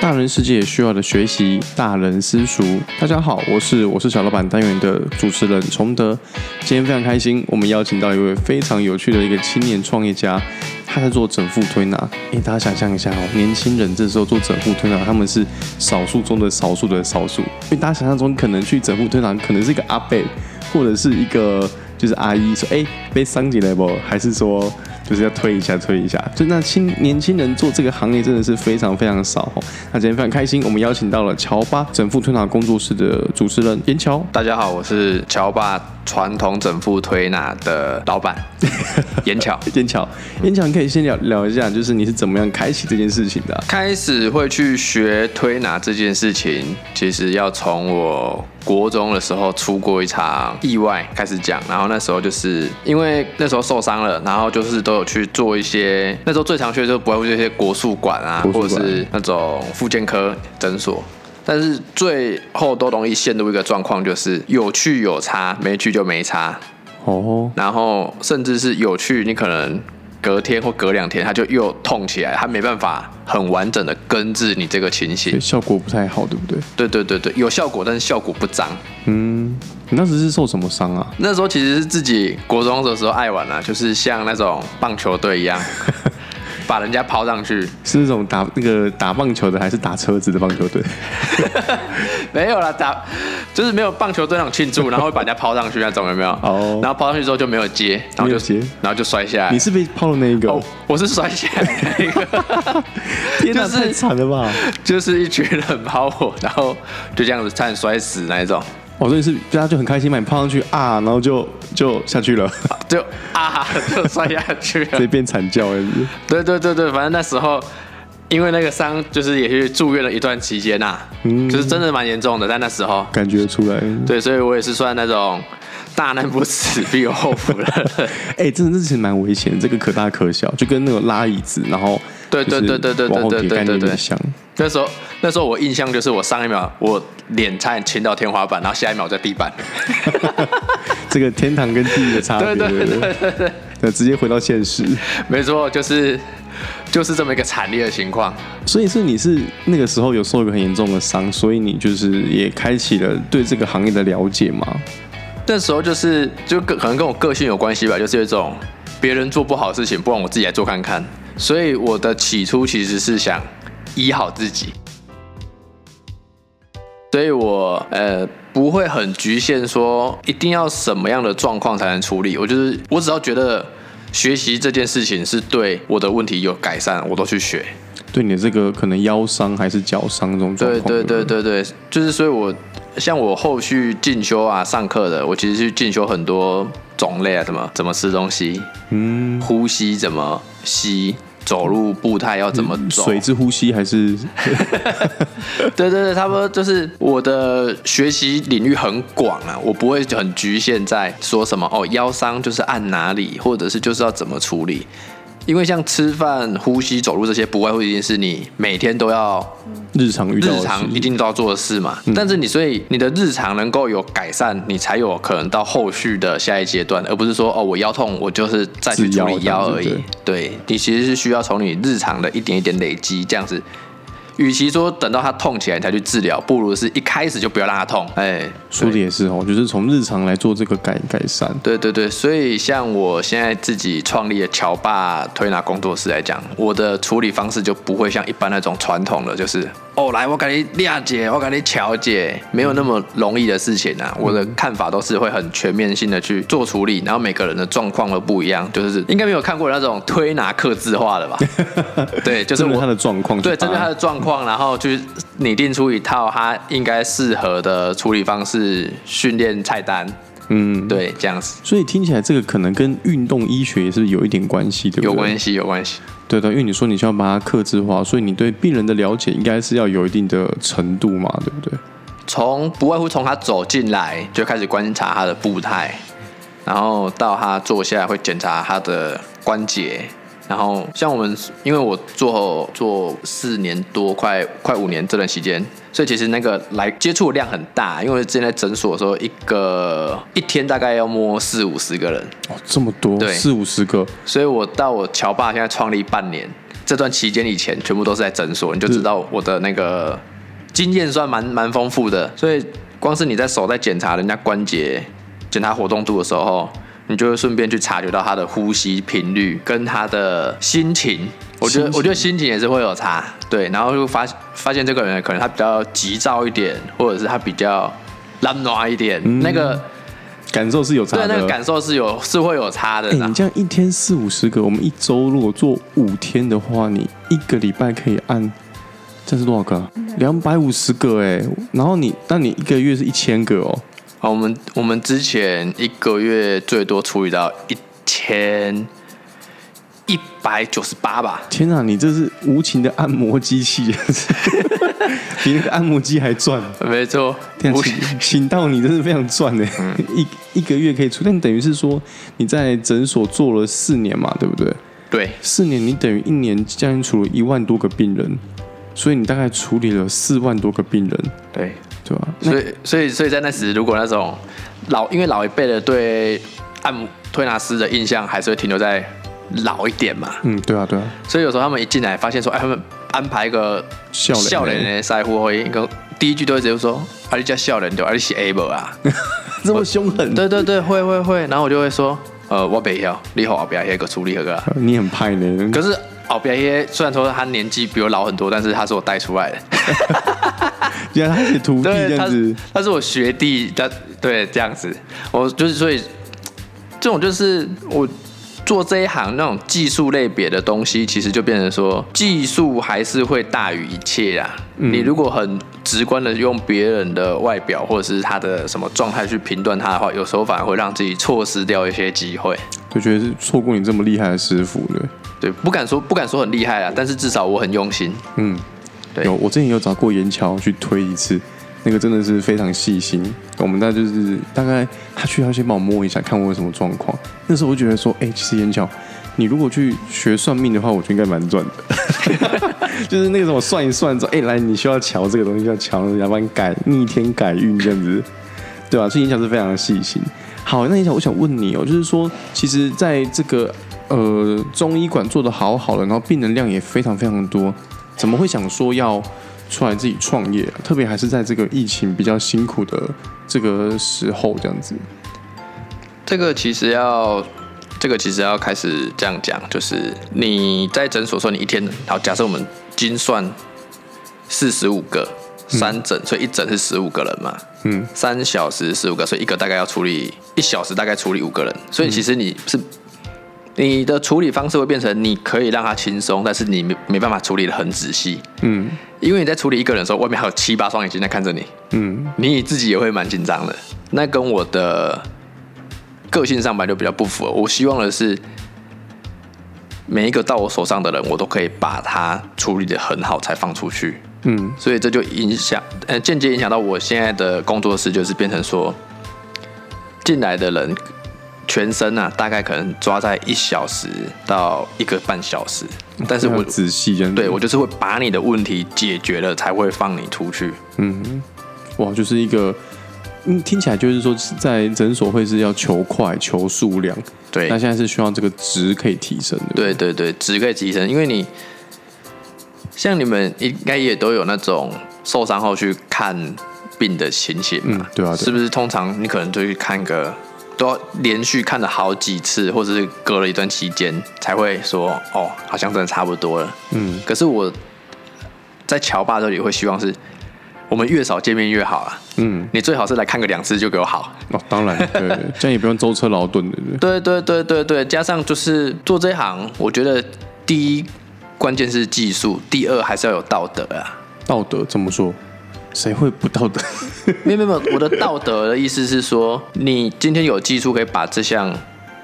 大人世界需要的学习，大人私塾。大家好，我是我是小老板单元的主持人崇德。今天非常开心，我们邀请到一位非常有趣的一个青年创业家，他在做整腹推拿。诶，大家想象一下哦，年轻人这时候做整腹推拿，他们是少数中的少数的少数。因为大家想象中可能去整腹推拿，可能是一个阿伯，或者是一个就是阿姨说，诶，被伤及了不？还是说？就是要推一下，推一下。就那青年轻人做这个行业真的是非常非常少、哦。那今天非常开心，我们邀请到了乔巴整副推拿工作室的主持人严乔。大家好，我是乔爸传统整副推拿的 老板严巧。严乔，严乔，你可以先聊聊一下，就是你是怎么样开启这件事情的啊、开始会去学推拿这件事情，其实要从我国中的时候出过一场意外开始讲。然后那时候就是因为那时候受伤了，然后就是都有去做一些，那时候最常去的就不外乎这些国术馆啊，国术或馆者是那种复健科诊所。但是最后都容易陷入一个状况，就是有去有差，没去就没差。哦，然后甚至是有去，你可能隔天或隔两天，它就又痛起来，它没办法很完整的根治你这个情对形。效果不太好，对不对？对对对对，有效果，但是效果不彰。嗯，你当时是受什么伤啊？那时候其实是自己国中的时候爱玩啊，就是像那种棒球队一 样，把人家抛上去。是那种打那个打棒球的，还是打车子的棒球 队？没有啦，打就是没有棒球队那种庆祝，然后会把人家抛上去那种，有没有？哦然后抛上去之后就没有接，然后没就有接然后就摔下来。你是被抛的那一个？哦，我是摔下来的一个。天哪，就是太惨了吧！就是一群人抛我，然后就这样子差点摔死那一种，哦，所以是大家就很开心把你抛上去啊，然后就就下 去了，就啊就摔下去所以 了。变惨叫了是不是对对对对，反正那时候因为那个伤，就是也去住院了一段期间呐、嗯就是真的蛮严重的，在那时候，感觉出来。对，所以我也是算那种大难不死必有后福的人。 哎、真的这其实蛮危险的，这个可大可小，就跟那个拉椅子，然后对对就是对对对对往后对叠对概念有对点对像。那时候那时候我印象就是我上一秒我脸差点亲到天花板，然后下一秒我在地板。这个天堂跟地狱的差别，对对对对对对，直接回到现实。没错，就是就是这么一个惨烈的情况。所以是你是那个时候有受一个很严重的伤，所以你就是也开启了对这个行业的了解嘛？那时候就是就跟可能跟我个性有关系吧，就是有一种别人做不好的事情，不然我自己来做看看。所以我的起初其实是想医好自己，所以我呃不会很局限说一定要什么样的状况才能处理。我就是我只要觉得学习这件事情是对我的问题有改善，我都去学。对你的这个可能腰伤还是脚伤这种状对况，对不对，对对，就是所以我，像我后续进修啊、上课的，我其实去进修很多种类啊，怎么怎么吃东西，嗯，呼吸怎么吸，走路步态要怎么走，嗯水之呼吸还是对对对，差不多就是我的学习领域很广啊，我不会很局限在说什么哦腰伤就是按哪里，或者是就是要怎么处理。因为像吃饭、呼吸、走路这些，不外乎一件是你每天都要日常遇到的日常事嗯一定都要做的事嘛。但是你所以你的日常能够有改善，你才有可能到后续的下一阶段，而不是说哦我腰痛，我就是再去处理治腰腰这样子而已。对你其实是需要从你日常的一点一点累积这样子。与其说等到它痛起来你才去治疗，不如是一开始就不要让它痛。哎，说的也是哦，就是从日常来做这个改改善。对对对，所以像我现在自己创立的乔爸推拿工作室来讲，我的处理方式就不会像一般那种传统的，就是哦来我给你谅解，我给你调解，没有那么容易的事情啊。嗯我的看法都是会很全面性的去做处理，然后每个人的状况都不一样，就是应该没有看过那种推拿克制 化的吧？对，就是针对我他的状况去对，把它，针对他的状况，然后去拟定出一套他应该适合的处理方式、训练菜单，嗯，对，这样子。所以听起来这个可能跟运动医学也是有一点关系，对不对？有关系，有关系。对的，因为你说你需要把它克制化，所以你对病人的了解应该是要有一定的程度嘛，对不对？从不外乎从他走进来就开始观察他的步态，然后到他坐下来会检查他的关节，然后像我们因为我做做四年多快快五年这段时间，所以其实那个来接触量很大，因为之前在诊所的时候，一个一天大概要摸四五十个人，哦，这么多，对四五十个，所以我到我乔爸现在创立半年，这段期间以前全部都是在诊所，你就知道我的那嗯个经验算蛮蛮丰富的。所以光是你在手在检查人家关节、检查活动度的时候，你就会顺便去察觉到他的呼吸频率跟他的心情。我觉得心，情我觉得心情也是会有差，对。然后就发发现这个人可能他比较急躁一点，或者是他比较懒惰一点，那个感受是有嗯差对的。那个感受是有是会有差的。哎、然后你这样一天四五十个，我们一周如果做五天的话，你一个礼拜可以按，这是多少个啊？两百五十个哎、然后你，但你一个月是一千个哦，好，我们我们之前一个月最多处理到一千一百九十八吧，天啊，你这是无情的按摩机器， 比那个按摩机还赚。没错，天啊我请请到你真的非常赚哎、 一一个月可以出，但等于是说你在诊所做了四年嘛，对不对？对四年，你等于一年将近处理一万多个病人，所以你大概处理了四万多个病人，对，对吧、那所以所以所以在那时，如果那种老，因为老一辈的对按摩推拿师的印象还是会停留在老一点嘛，嗯，对啊，对啊，所以有时候他们一进来发现说，哎，他们安排一个笑脸笑脸的腮护会，一个第一句都会直接说，啊，你叫笑脸对，啊，你是 able 啊。 这么凶狠，对对对，会会会，然后我就会说，呃，我北要，你好，我不要一个处理那个啊。你很派呢。可是呃奥比亚耶虽然说他年纪比我老很多，但是他是我带出来 的，原来他是徒弟这对，他样子是，他是我学弟，他对这样子，我就是所以这种就是我做这一行那种技术类别的东西，其实就变成说技术还是会大于一切啊。嗯你如果很直观的用别人的外表或者是他的什么状态去评断他的话，有时候反而会让自己错失掉一些机会。就觉得是错过你这么厉害的师傅了。对，不敢说不敢说很厉害啊，但是至少我很用心。嗯，对有我之前有找过严乔去推一次，那个真的是非常细心。我们大概就是大概他去，他先帮我摸一下，看我有什么状况。那时候我就觉得说，哎、其实严乔，你如果去学算命的话，我觉得应该蛮赚的。 就是那个什么算一算之后，哎、来你需要瞧这个东西，需要瞧，要不然改逆天改运这样子，对啊吧、所以严乔是非常的细心。好，那严乔，我想问你哦，就是说，其实在这个呃中医馆做的好好的，然后病人量也非常非常多，怎么会想说要出来自己创业、啊？特别还是在这个疫情比较辛苦的这个时候，这样子。这个其实要，这个其实要开始这样讲，就是你在诊所说你一天，好，假设我们精算四十五个三诊，所以一诊是十五个人嘛，嗯，三小时十五个，所以一个大概要处理一小时大概处理五个人，所以其实你是。你的处理方式会变成，你可以让他轻松，但是你没没办法处理的很仔细，嗯因为你在处理一个人的时候，外面还有七八双眼睛在看着你，嗯，你自己也会蛮紧张的。那跟我的个性上本来就比较不符合。我希望的是，每一个到我手上的人，我都可以把他处理的很好，才放出去。嗯，所以这就影响，呃，间接影响到我现在的工作室，就是变成说，进来的人全身啊，大概可能抓在一小时到一个半小时，但是要我仔细这样子。对我就是会把你的问题解决了，才会放你出去。哇，就是一个，嗯，听起来就是说在诊所会是要求快、求数量，对，那现在是需要这个值可以提升的。对对对，只可以提升，因为你像你们应该也都有那种受伤后去看病的情形嘛、嗯对啊对啊是不是？通常你可能就去看个，都要连续看了好几次，或者是隔了一段期间才会说，哦，好像真的差不多了。嗯，可是我在乔爸这里会希望是，我们越少见面越好啊。嗯，你最好是来看个两次就给我好，哦，当然，对，这样也不用舟车劳顿的。对对对对对对，加上就是做这一行，我觉得第一关键是技术，第二还是要有道德啊。道德怎么说？谁会不道德？没有没有，没有我的道德的意思是说，你今天有技术可以把这项，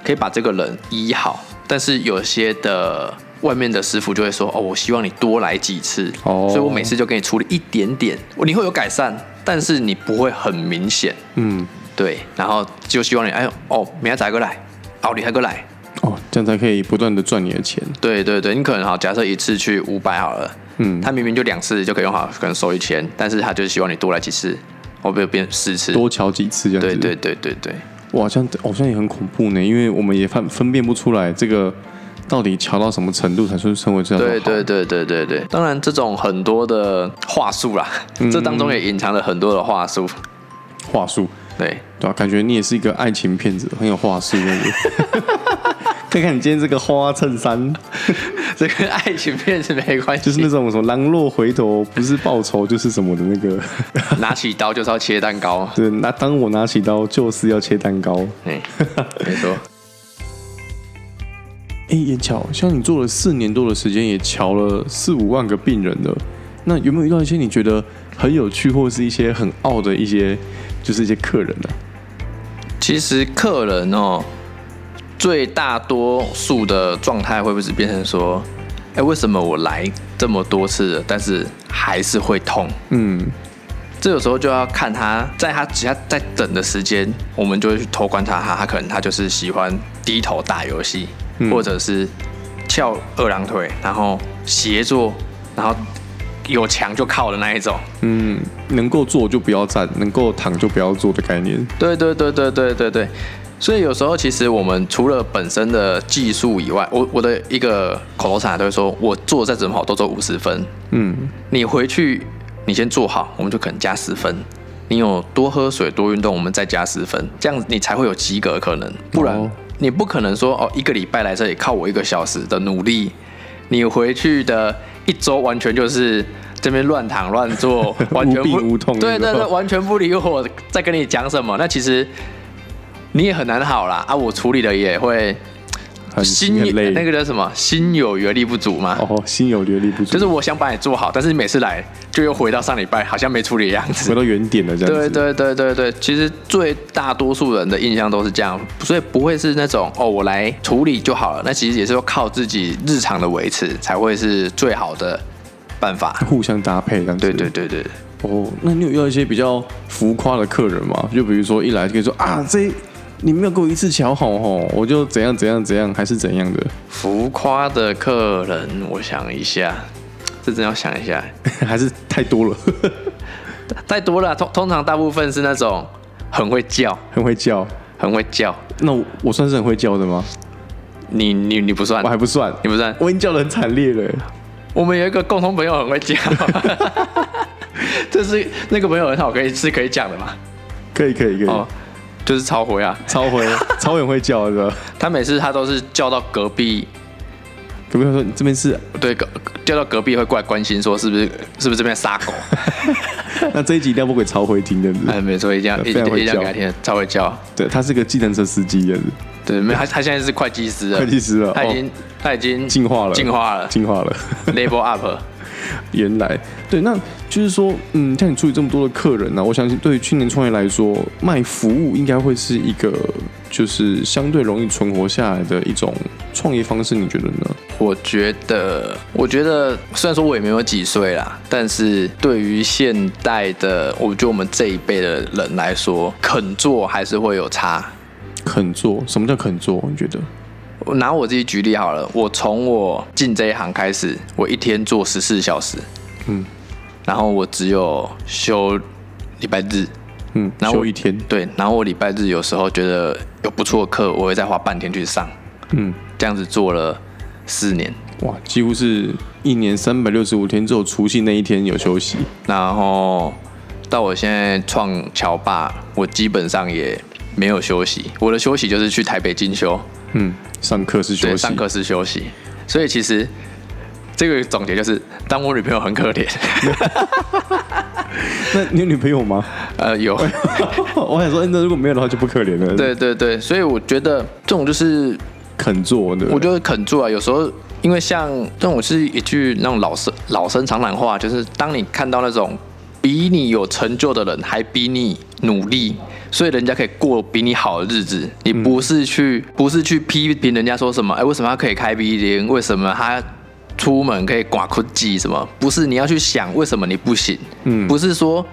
可以把这个人医好，但是有些的外面的师傅就会说，哦，我希望你多来几次，哦所以我每次就给你处理一点点，你会有改善，但是你不会很明显，嗯，对，然后就希望你，哎呦哦，明天再过来，哦，你还过来， 哦，这样才可以不断的赚你的钱。对对对，你可能好，假设一次去五百好了，嗯他明明就两次就可以用好，可能收一千，但是他就是希望你多来几次，我不变四次，多瞧几次这样子。对对对对对，哇，这样好像也很恐怖呢，因为我们也分分辨不出来这个到底瞧到什么程度才算成为这样？对对对对对对，当然这种很多的话术啦，嗯这当中也隐藏了很多的话术。话术，对，对吧、感觉你也是一个爱情骗子，很有话术那 个。看看你今天这个花衬衫，这跟爱情片是没关系，就是那种什么狼若回头不是报仇就是什么的那个。拿起刀就是要切蛋糕嘛。对，那当我拿起刀就是要切蛋糕。嗯，没错，哎，也巧，像你做了四年多的时间，也瞧了四五万个病人了。那有没有遇到一些你觉得很有趣，或是一些很傲的一些，就是一些客人啊呢、其实客人哦，最大多数的状态会不会是变成说，哎，为什么我来这么多次了，但是还是会痛？嗯，这有时候就要看他在他只要在等的时间，我们就会去偷观察他，他可能他就是喜欢低头打游戏，或者是翘二郎腿，然后斜坐，然后有墙就靠的那一种。嗯，能够坐就不要站，能够躺就不要坐的概念。对对对对对对对。所以有时候其实我们除了本身的技术以外，我我的一个口头禅都会说，我做再怎么好都做五十分，嗯，你回去，你先做好，我们就可能加十分。你有多喝水、多运动，我们再加十分，这样子你才会有及格可能。不然哦你不可能说哦，一个礼拜来这里靠我一个小时的努力，你回去的一周完全就是这边乱躺乱坐，完全无不病无痛对对那对，种完全不理我在跟你讲什么。那其实你也很难好啦啊，我处理的也会很心很累。那个叫什么心有余而力不足嘛。哦，心有余而力不足，就是我想把你做好，但是你每次来就又回到上礼拜好像没处理的样回子。到原点了这样 对子。对对对对，其实最大多数人的印象都是这样，所以不会是那种哦，我来处理就好了。那其实也是要靠自己日常的维持才会是最好的办法。互相搭配这样子。对对对对，哦，那你有遇到一些比较浮夸的客人吗？就比如说一来就跟你说啊，这你没有给我一次瞧好哦，我就怎样怎样怎样，还是怎样的， 浮夸的客人，我想一下，这真要想一下，还是太多了，太多了。通通常大部分是那种很会叫，很会叫。很会叫。那我我算是很会叫的吗？你你你不算我，还不算，你不算。我已经叫的很惨烈了。我们有一个共同朋友很会讲， 就是那个朋友很好，可以是可以讲的嘛。可以可以可以，哦，就是超回啊，超会超会很会叫的。他每次他都是叫到隔壁，可不可以说你这边是？对，隔叫到隔壁会过来关心说是不是是不是这边杀 狗？那这一集一定要播给超会听的，哎，没错，一定要一非常定会一定要叫给他听，超会叫。对，他是个计程车司机的，对，没有他他现在是会计师了，会计师了呃他已哦经、他已经进化了，进化了进化了。 ，level up。原来，对，那就是说，嗯，像你处理这么多的客人啊呢、我相信对于青年创业来说，卖服务应该会是一个就是相对容易存活下来的一种创业方式，你觉得呢？我觉得，我觉得虽然说我也没有几岁啦，但是对于现代的，我觉得我们这一辈的人来说，肯做还是会有差。肯做，什么叫肯做？你觉得？我拿我自己举例好了，我从我进这一行开始，我一天做十四小时，嗯然后我只有休礼拜日，嗯，然后我休一天，对，然后我礼拜日有时候觉得有不错的课，我会再花半天去上，嗯，这样子做了四年。哇，几乎是一年三百六十五天，只有除夕那一天有休息。然后到我现在创乔爸，我基本上也没有休息，我的休息就是去台北进修，嗯，上课是休对，息，上课是休息。所以其实这个总结就是，当我女朋友很可怜， 那你有女朋友吗？ 呃，有，哎我想说，欸那如果没有的话就不可怜了。，对对对，所以我觉得这种就是，肯做的，我觉得肯做啊，有时候。因为像这种是一句那种老生老生常谈话，就是当你看到那种比你有成就的人还比你努力，所以人家可以过比你好的日子，你不是去、不是去批评人家说什么，哎，为什么他可以开 B 零，为什么他出门可以刮酷鸡什么？不是你要去想为什么你不行，嗯不是说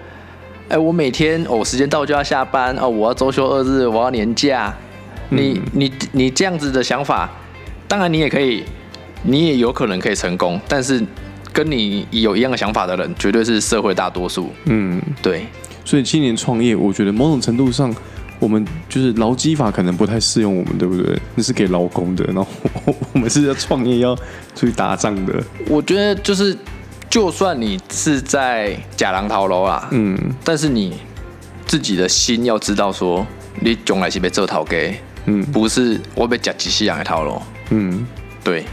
哎、我每天哦，时间到就要下班哦，我要周休二日，我要年假。你、你你这样子的想法，当然你也可以，你也有可能可以成功，但是跟你有一样的想法的人，绝对是社会大多数。嗯，对，所以青年创业，我觉得某种程度上，我们就是劳基法可能不太适用我们，对不对？那是给劳工的，然后 我们是要创业要出去打仗的，我觉得就是，就算你是在假狼逃楼啦，嗯，但是你自己的心要知道说，你将来是被这头给，嗯不是我被假几西洋的逃楼，嗯。对，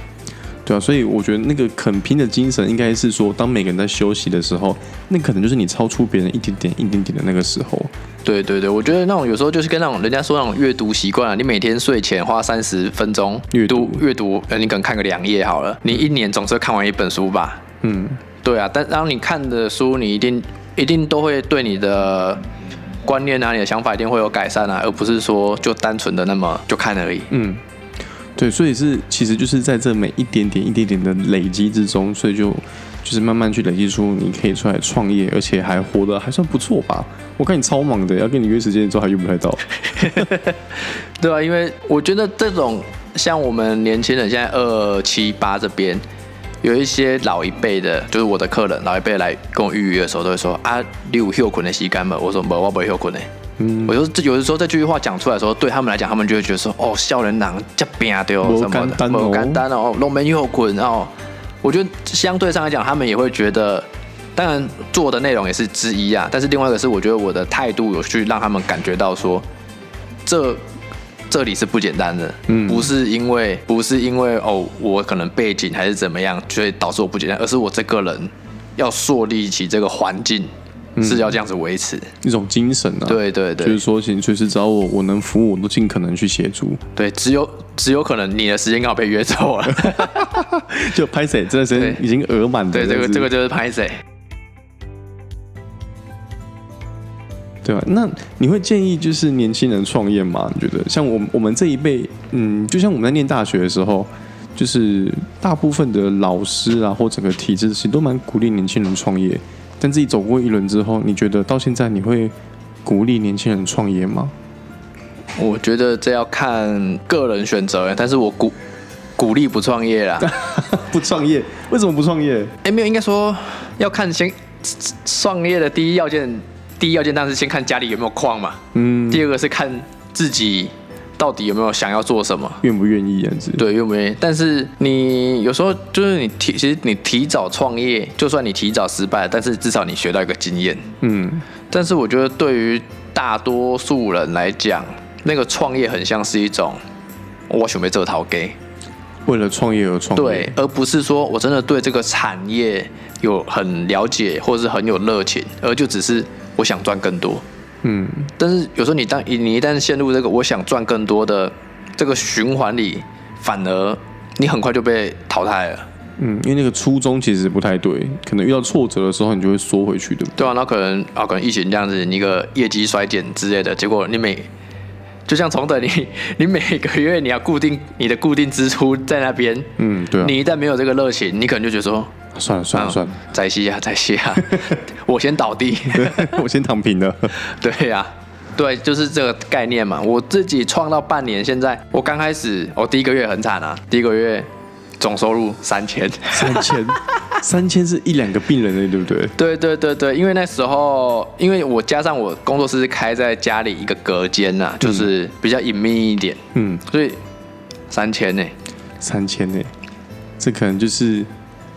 对啊，所以我觉得那个肯拼的精神，应该是说，当每个人在休息的时候，那可能就是你超出别人一点点、一点点的那个时候。对对对，我觉得那种有时候就是跟那种人家说那种阅读习惯啊，你每天睡前花三十分钟阅读阅读，呃，你可能看个两页好了，你一年总是看完一本书吧？嗯，对啊，但当你看的书，你一定一定都会对你的观念啊、你的想法一定会有改善啊，而不是说就单纯的那么就看而已。嗯，对，所以是其实就是在这每一点点、一点点的累积之中，所以就就是慢慢去累积出你可以出来创业，而且还活得还算不错吧。我看你超忙的，要跟你约时间之后还约不太 到。对啊，因为我觉得这种像我们年轻人现在二七八这边，有一些老一辈的，就是我的客人，老一辈来跟我预约的时候，都会说啊，你有休困的习惯吗？我说没，我不会休困的。嗯，我就这有的时候这句话讲出来的时候，对他们来讲，他们就会觉得说，哦，笑人郎这边对哦，没什么简单的，哦没简单哦，龙门休困哦。我觉得相对上来讲，他们也会觉得，当然做的内容也是之一啊，但是另外一个是，我觉得我的态度有去让他们感觉到说，这这里是不简单的，嗯不是因为不是因为哦，我可能背景还是怎么样，所以导致我不简单，而是我这个人要树立起这个环境、是要这样子维持，一种精神啊，，对对就是对说，请随时找我，我能服务，我都尽可能去协助。 对，只有只有可能你的时间刚好被约走 了，就拍谁这段时间对已经额满了，对，这个就是这个就是拍谁。对吧？啊那你会建议就是年轻人创业吗？你觉得像我们我们这一辈，嗯，就像我们在念大学的时候，就是大部分的老师啊或整个体制其实都蛮鼓励年轻人创业。但自己走过一轮之后，你觉得到现在你会鼓励年轻人创业吗？我觉得这要看个人选择，但是我鼓鼓励不创业啦。 不创业，为什么不创业？哎，没有，应该说要看先创业的第一要件，第一要件当然是先看家里有没有矿嘛。嗯，第二个是看自己到底有没有想要做什么，愿不愿意啊这样子？，对，又没。但是你有时候就是你提，其实你提早创业，就算你提早失败，但是至少你学到一个经验。嗯但是我觉得对于大多数人来讲，那个创业很像是一种我准备这套给。为了创业而创业。对，，而不是说我真的对这个产业有很了解，或是很有热情，而就只是我想赚更多。嗯，但是有时候你当你一旦陷入这个我想赚更多的这个循环里，反而你很快就被淘汰了，嗯，因为那个初衷其实不太对，可能遇到挫折的时候，你就会缩回去，对不对？对啊，那可能啊，可能疫情这样子，你一个业绩衰减之类的，结果你每就像从等你， 你每个月你要固定你的固定支出在那边，嗯，对啊。你一旦没有这个热情，你可能就觉得说，算了算了 算了，啊，宰西啊， 宰西啊，我先倒地。 我先躺平了。对呀、对，就是这个概念嘛。我自己创到半年，现在我刚开始，我、第一个月很惨啊，第一个月总收入三千。 三千，三千是一两个病人的，对不对？对对对对，因为那时候，因为我加上我工作室是开在家里一个隔间呐、就是比较隐秘一点，嗯，所以三千呢、三千呢，这可能就是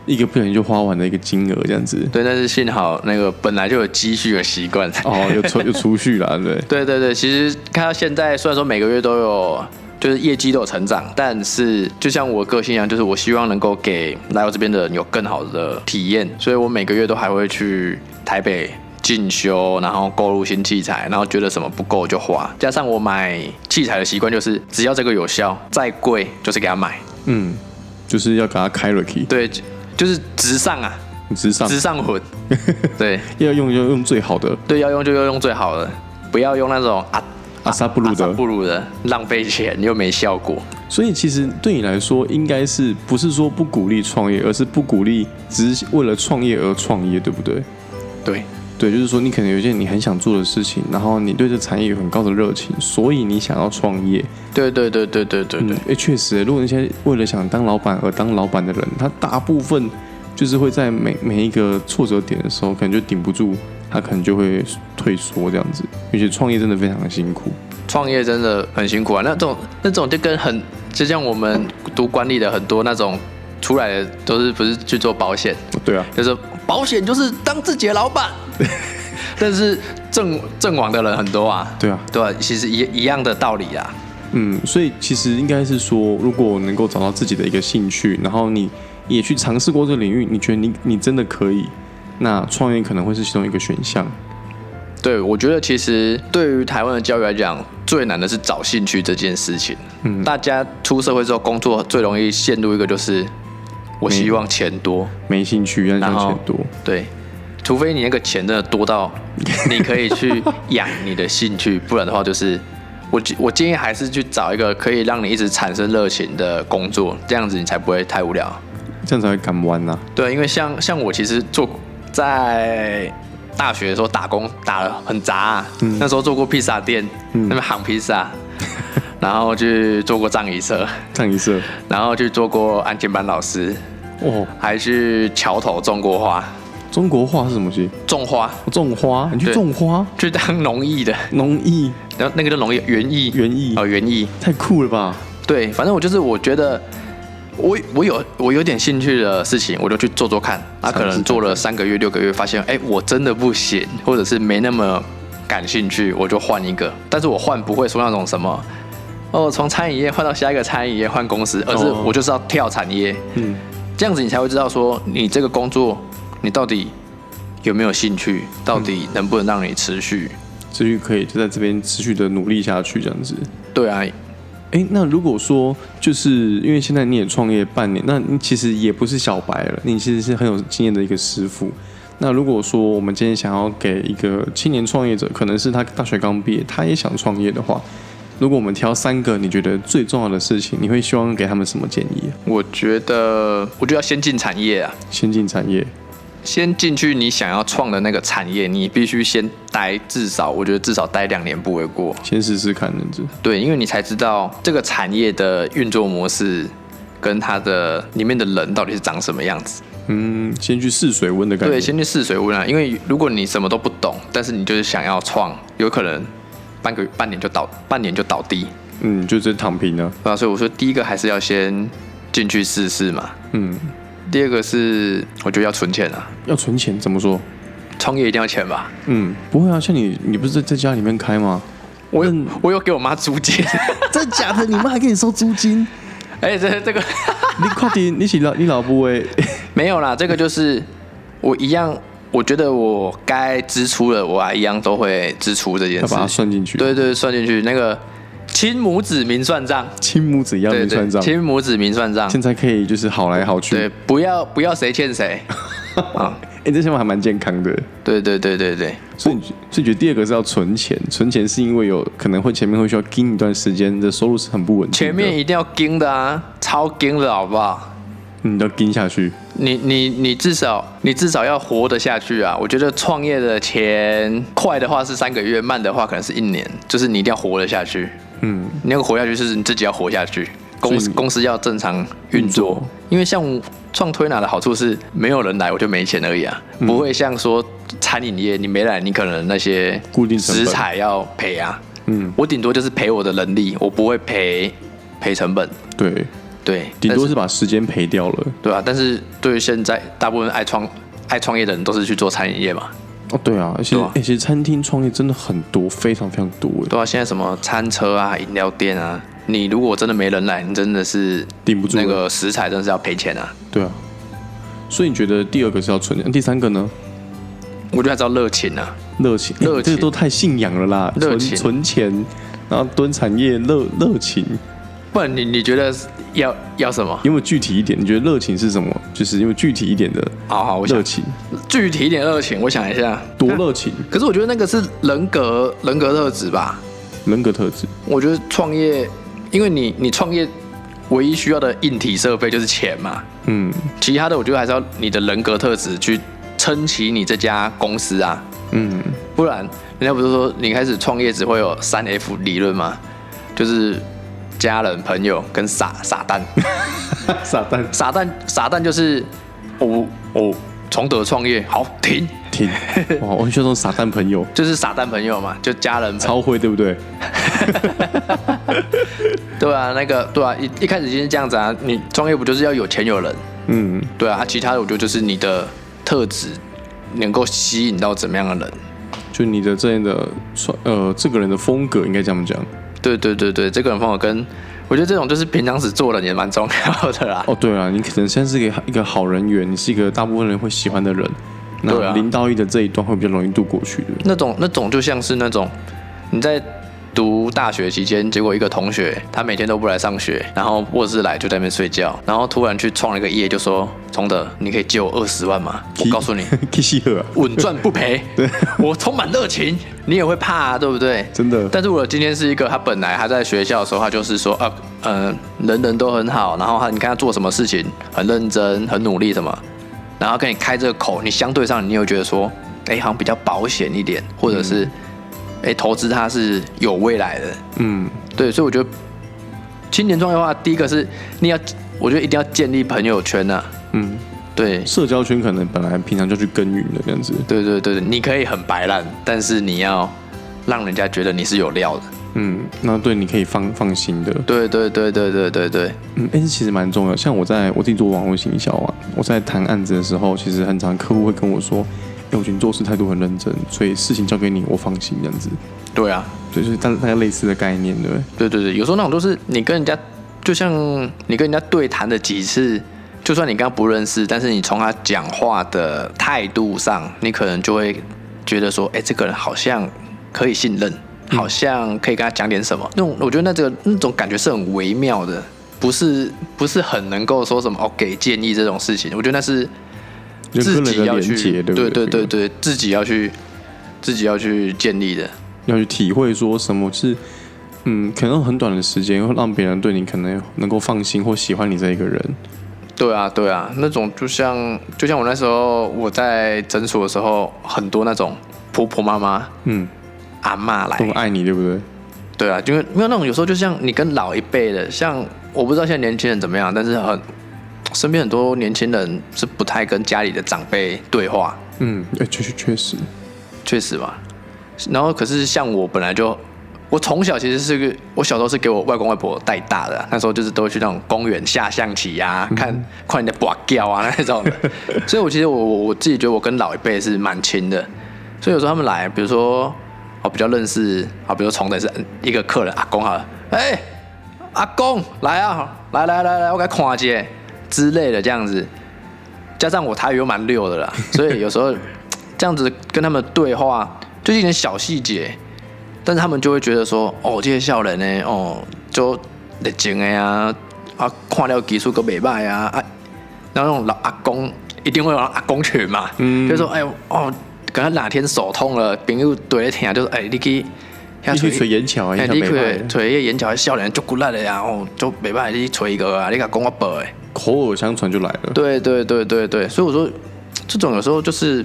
一个不小心就花完的一个金额，这样子。对，但是幸好那个本来就有积蓄的习惯。哦，有储有储蓄啦，对。对对对，其实看到现在，虽然说每个月都有，就是业绩都有成长，但是就像我个性一样，就是我希望能够给来我这边的人有更好的体验，所以我每个月都还会去台北。进修，然后购入新器材，然后觉得什么不够就花。加上我买器材的习惯就是，只要这个有效，再贵就是给他买。嗯，就是要给他开了 key，对，就就是直上啊，直上直上魂。对要用要用最好的对，要用就要用最好的，不要用那种啊阿萨布鲁阿萨德。布鲁的，浪费钱又没效果。所以其实对你来说，应该是不是说不鼓励创业，而是不鼓励只是为了创业而创业，对不对？对，对，就是说你可能有一件你很想做的事情，然后你对这产业有很高的热情，所以你想要创业。对对对对对对嗯对，，哎、确实，如果那些为了想当老板而当老板的人，他大部分就是会在每每一个挫折点的时候，可能就顶不住，他可能就会退缩这样子。而且创业真的非常的辛苦。创业真的很辛苦啊。那种那种就跟很就像我们读管理的很多那种出来的都是不是去做保险，对啊，就是保险就是当自己的老板，但是阵阵亡的人很多啊。对啊对啊，其实一一样的道理啊。嗯，所以其实应该是说，如果能够找到自己的一个兴趣，然后你也去尝试过这个领域，你觉得你你真的可以，那创业可能会是其中一个选项。对，我觉得其实对于台湾的教育来讲，最难的是找兴趣这件事情。嗯，大家出社会之后工作最容易陷入一个就是，我希望钱多，没兴趣，但然赚后钱多，对，除非你那个钱真的多到你可以去养你的兴趣，不然的话就是。 我我建议还是去找一个可以让你一直产生热情的工作，这样子你才不会太无聊。这样才会敢玩呐、对，因为像像我其实做在大学的时候打工打的很杂、啊，那时候做过披萨店，那边行披萨，然后去做过葬仪社，唱一色然后去做过安全班老师，哦，还去桥头种过花，中国话是什么戏？种花哦种花，你去对种花，去当农艺的，农艺然后那个叫农艺园艺，园艺哦园艺，太酷了吧？对，反正我就是我觉得。我我有我有点兴趣的事情，我就去做做看。啊，尝可试能看做了三个月、六个月，发现哎、我真的不行，或者是没那么感兴趣，我就换一个。但是我换不会说那种什么，哦，从餐饮业换到下一个餐饮业，换公司，而是哦我就是要跳产业。嗯，这样子你才会知道说，你这个工作你到底有没有兴趣，到嗯底能不能让你持续。持续可以就在这边持续的努力下去，这样子。对啊，哎，那如果说就是因为现在你也创业半年，那你其实也不是小白了，你其实是很有经验的一个师傅。那如果说我们今天想要给一个青年创业者，可能是他大学刚毕业，他也想创业的话，如果我们挑三个你觉得最重要的事情，你会希望给他们什么建议啊？我觉得我就要先进产业啊。先进产业，先进去你想要创的那个产业，你必须先待至少，我觉得至少待两年不为过。先试试看，这样子。对，因为你才知道这个产业的运作模式。跟它的里面的人到底是长什么样子？嗯，先去试水温的感觉。对，先去试水温啊。因为如果你什么都不懂，但是你就是想要创，有可能半个半年就倒，半年就倒地，嗯，就这躺平了。对吧、所以我说第一个还是要先进去试试嘛。嗯，第二个是我觉得要存钱啊，要存钱怎么说？创业一定要钱吧。嗯，不会啊，像你，你不是在在家里面开吗？我有嗯我有给我妈租金，真假的？你妈还给你收租金？ 哎、这这个。你快点，你起老你老不 哎，没有啦，这个就是我一样，我觉得我该支出的，我还一样都会支出这件要事把它情。算进去。对，对，算进去那个亲母子明算账，亲母子一样对没对算，账，亲母子明算账，现在可以就是好来好对去。，不要不要谁欠谁啊，哎，这想法还蛮健康的。对对对对对，所以你，所以觉得第二个是要存钱，存钱是因为有可能会前面会需要盯一段时间的收入是很不稳定的，前面一定要盯的啊，超盯的好不好？嗯你要盯下去。你你你至少你至少要活得下去啊！我觉得创业的钱快的话是三个月，慢的话可能是一年，就是你一定要活得下去。嗯，你那个活下去是你自己要活下去，公司所以你公司要正常运运作作。因为像创推拿的好处是没有人来我就没钱而已啊，嗯不会像说餐饮业你没来你可能那些固定成本食材要赔啊。嗯，我顶多就是赔我的能力，我不会赔赔成本。对，对，顶但多是是把时间赔掉了。对啊，但是对于现在大部分爱创爱创业的人都是去做餐饮业嘛，哦，对啊，其实对啊诶其实餐厅创业真的很多，非常非常多诶，对啊，现在什么餐车啊、饮料店啊，你如果真的没人来，你真的是顶不住那了个食材，真的是要赔钱啊。对啊。所以你觉得第二个是要存钱，第三个呢？我觉得还是要热情啊，热情，欸热这情个都太信仰了啦，热存情存钱，然后蹲产业，热热情，不然你你觉得要要什么？有没有具体一点？你觉得热情是什么？就是有没有具体一点的好好，我热想情，具体一点热情，我想一下。多热 情，可是我觉得那个是人格人格特质吧。人格特质，我觉得创业，因为你你创业唯一需要的硬体设备就是钱嘛， 嗯其他的我觉得还是要你的人格特质去撑起你这家公司啊，嗯，不然人家不是说你开始创业只会有三 F 理论吗？就是家人、朋友跟傻傻蛋， 傻蛋傻蛋傻蛋就是我我崇德创业好停 听，哇，我很喜欢这种傻蛋朋友，就是傻蛋朋友嘛，就家人朋友。超会，对不对？对啊，那个对啊，一一开始就是这样子啊。你创业不就是要有钱有人？嗯，对啊，啊其他的我觉得就是你的特质能够吸引到怎么样的人。就你的这样的创呃，这个人的风格应该这样讲。对对对对，这个人朋友跟我觉得这种就是平常时做人也蛮重要的啦。哦，对了，你可能先是一个一个好人缘，你是一个大部分人会喜欢的人，对那啊零到一的这一段会比较容易度过去的。 那种那种就像是那种你在读大学期间，结果一个同学他每天都不来上学，然后或者是来就在那边睡觉，然后突然去创了一个业，就说崇德，你可以借我二十万吗？我告诉你， k i s 赫啊，稳赚不赔。对，我充满热情，你也会怕、啊，对不对？真的但是我今天是一个，他本来他在学校的时候，他就是说，啊，嗯、人人都很好，然后他你看他做什么事情很认真、很努力什么，然后跟你开这个口，你相对上你又觉得说，哎、好像比较保险一点，或者是，哎、投资它是有未来的，嗯，对，所以我觉得青年创业的话，第一个是你要，我觉得一定要建立朋友圈呐、啊，嗯，对，社交圈可能本来平常就去耕耘的这样子，对对对，对你可以很白烂，但是你要让人家觉得你是有料的。嗯，那对你可以放放心的，对对对对对对对，嗯，但是其实蛮重要。像我在我自己做网络行销啊，我在谈案子的时候，其实很常客户会跟我说，哎、我觉得你做事态度很认真，所以事情交给你，我放心这样子，对啊，对，就是大大概类似的概念，对不对？对对对，有时候那种都是你跟人家，就像你跟人家对谈的几次，就算你跟他不认识，但是你从他讲话的态度上，你可能就会觉得说，哎，这个人好像可以信任，嗯好像可以跟他讲点什么。那种我觉得那这个那种感觉是很微妙的，不是不是很能够说什么哦给建议这种事情，我觉得那是人自跟人己的要连去，接，对不对对对对，自己要去自己要去建立的。要去体会说什么是，嗯，可能很短的时间会让别人对你可能能够放心或喜欢你这一个人。对啊，对啊，那种就像就像我那时候我在诊所的时候，很多那种婆婆妈妈、嗯，阿嬷都很来，爱你，对不对？对啊，因为没有那种有时候就像你跟老一辈的，像我不知道现在年轻人怎么样，但是很身边很多年轻人是不太跟家里的长辈对话，嗯，哎、确实确实，确实嘛。然后可是像我本来就，我从小其实是个，我小时候是给我外公外婆带大的啊、那时候就是都会去那种公园下象棋呀、看看人家拔掉啊那种的。所以我其实我我我自己觉得我跟老一辈是蛮亲的，所以有时候他们来，比如说我比较认识，啊，比如说从的是一个客人阿公好了，哎、阿公来啊，来来来来，我给他看一下之类的这样子。加上我台语又蛮 溜的啦，所以有时候这样子跟他们对话，就是一点小细节，但是他们就会觉得说，哦，这些笑人呢，哦，就热情的呀、啊，啊，看了技术个袂歹啊，啊，然后那种老阿公一定会有那种阿公群嘛，嗯就说，哎呦，哦，可能哪天手痛了，朋友对你听，就说，哎，你去，那你去捶眼角啊哎眼角你袂去歹捶那眼角，笑人足骨力的呀，哦，就袂歹，你捶一个啊，你甲讲我白的。口耳相传就来了。对对对对对，所以我说这种有时候就是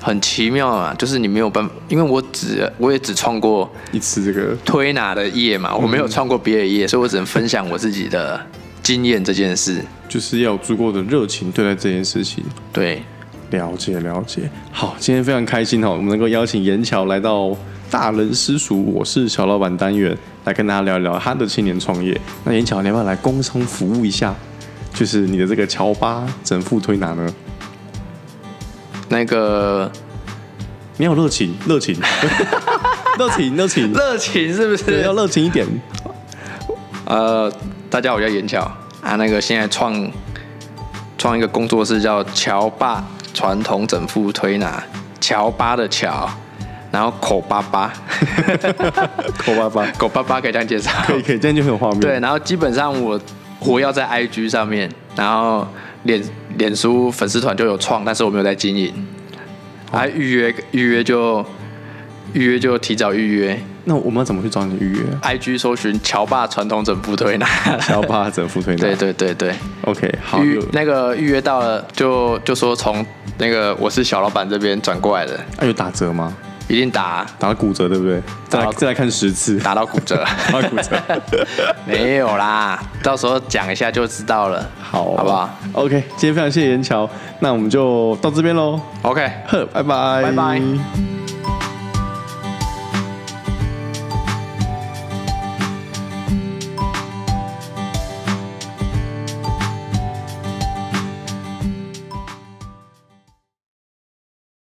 很奇妙啊，就是你没有办法，因为我只我也只创过一次这个，推拿的业嘛，我没有创过别的业，所以我只能分享我自己的经验这件事。就是要有足够的热情对待这件事情。对，了解了解，好，今天非常开心哈，我们能够邀请严巧来到大人私塾，我是小老板单元，来跟大家聊一聊他的青年创业。那严巧，你要不要来工商服务一下？就是你的这个乔巴整副推拿呢？那个你要有热情，热情，热情，热情， 热情是不对，是要？热情一点。呃，大家好，我叫严巧啊，那个现在创创一个工作室叫乔爸传统整复推拿，乔巴的乔，然后口巴巴， 口巴巴，狗巴巴可以这样介绍。可以可以，这样就很有画面。对，，然后基本上我活要在 IG 上面，然后脸脸书粉丝团就有创，但是我没有在经营。哦啊，预约预约就预约就提早预约那我们要怎么去找你预约 啊？ ，IG 搜寻乔爸传统整复推拿。乔巴整副推 拿，对对对对， ，OK，好，预有那个预约到了就就说从那个我是小老板这边转过来的，啊有打折吗？一定打打骨折，对不对？再来打再来看十次，打到骨折。打骨折。 没有啦，到时候讲一下就知道了，好，好不好？OK，今天非常谢谢严乔，那我们就到这边喽。 ？OK，呵，拜拜，拜拜。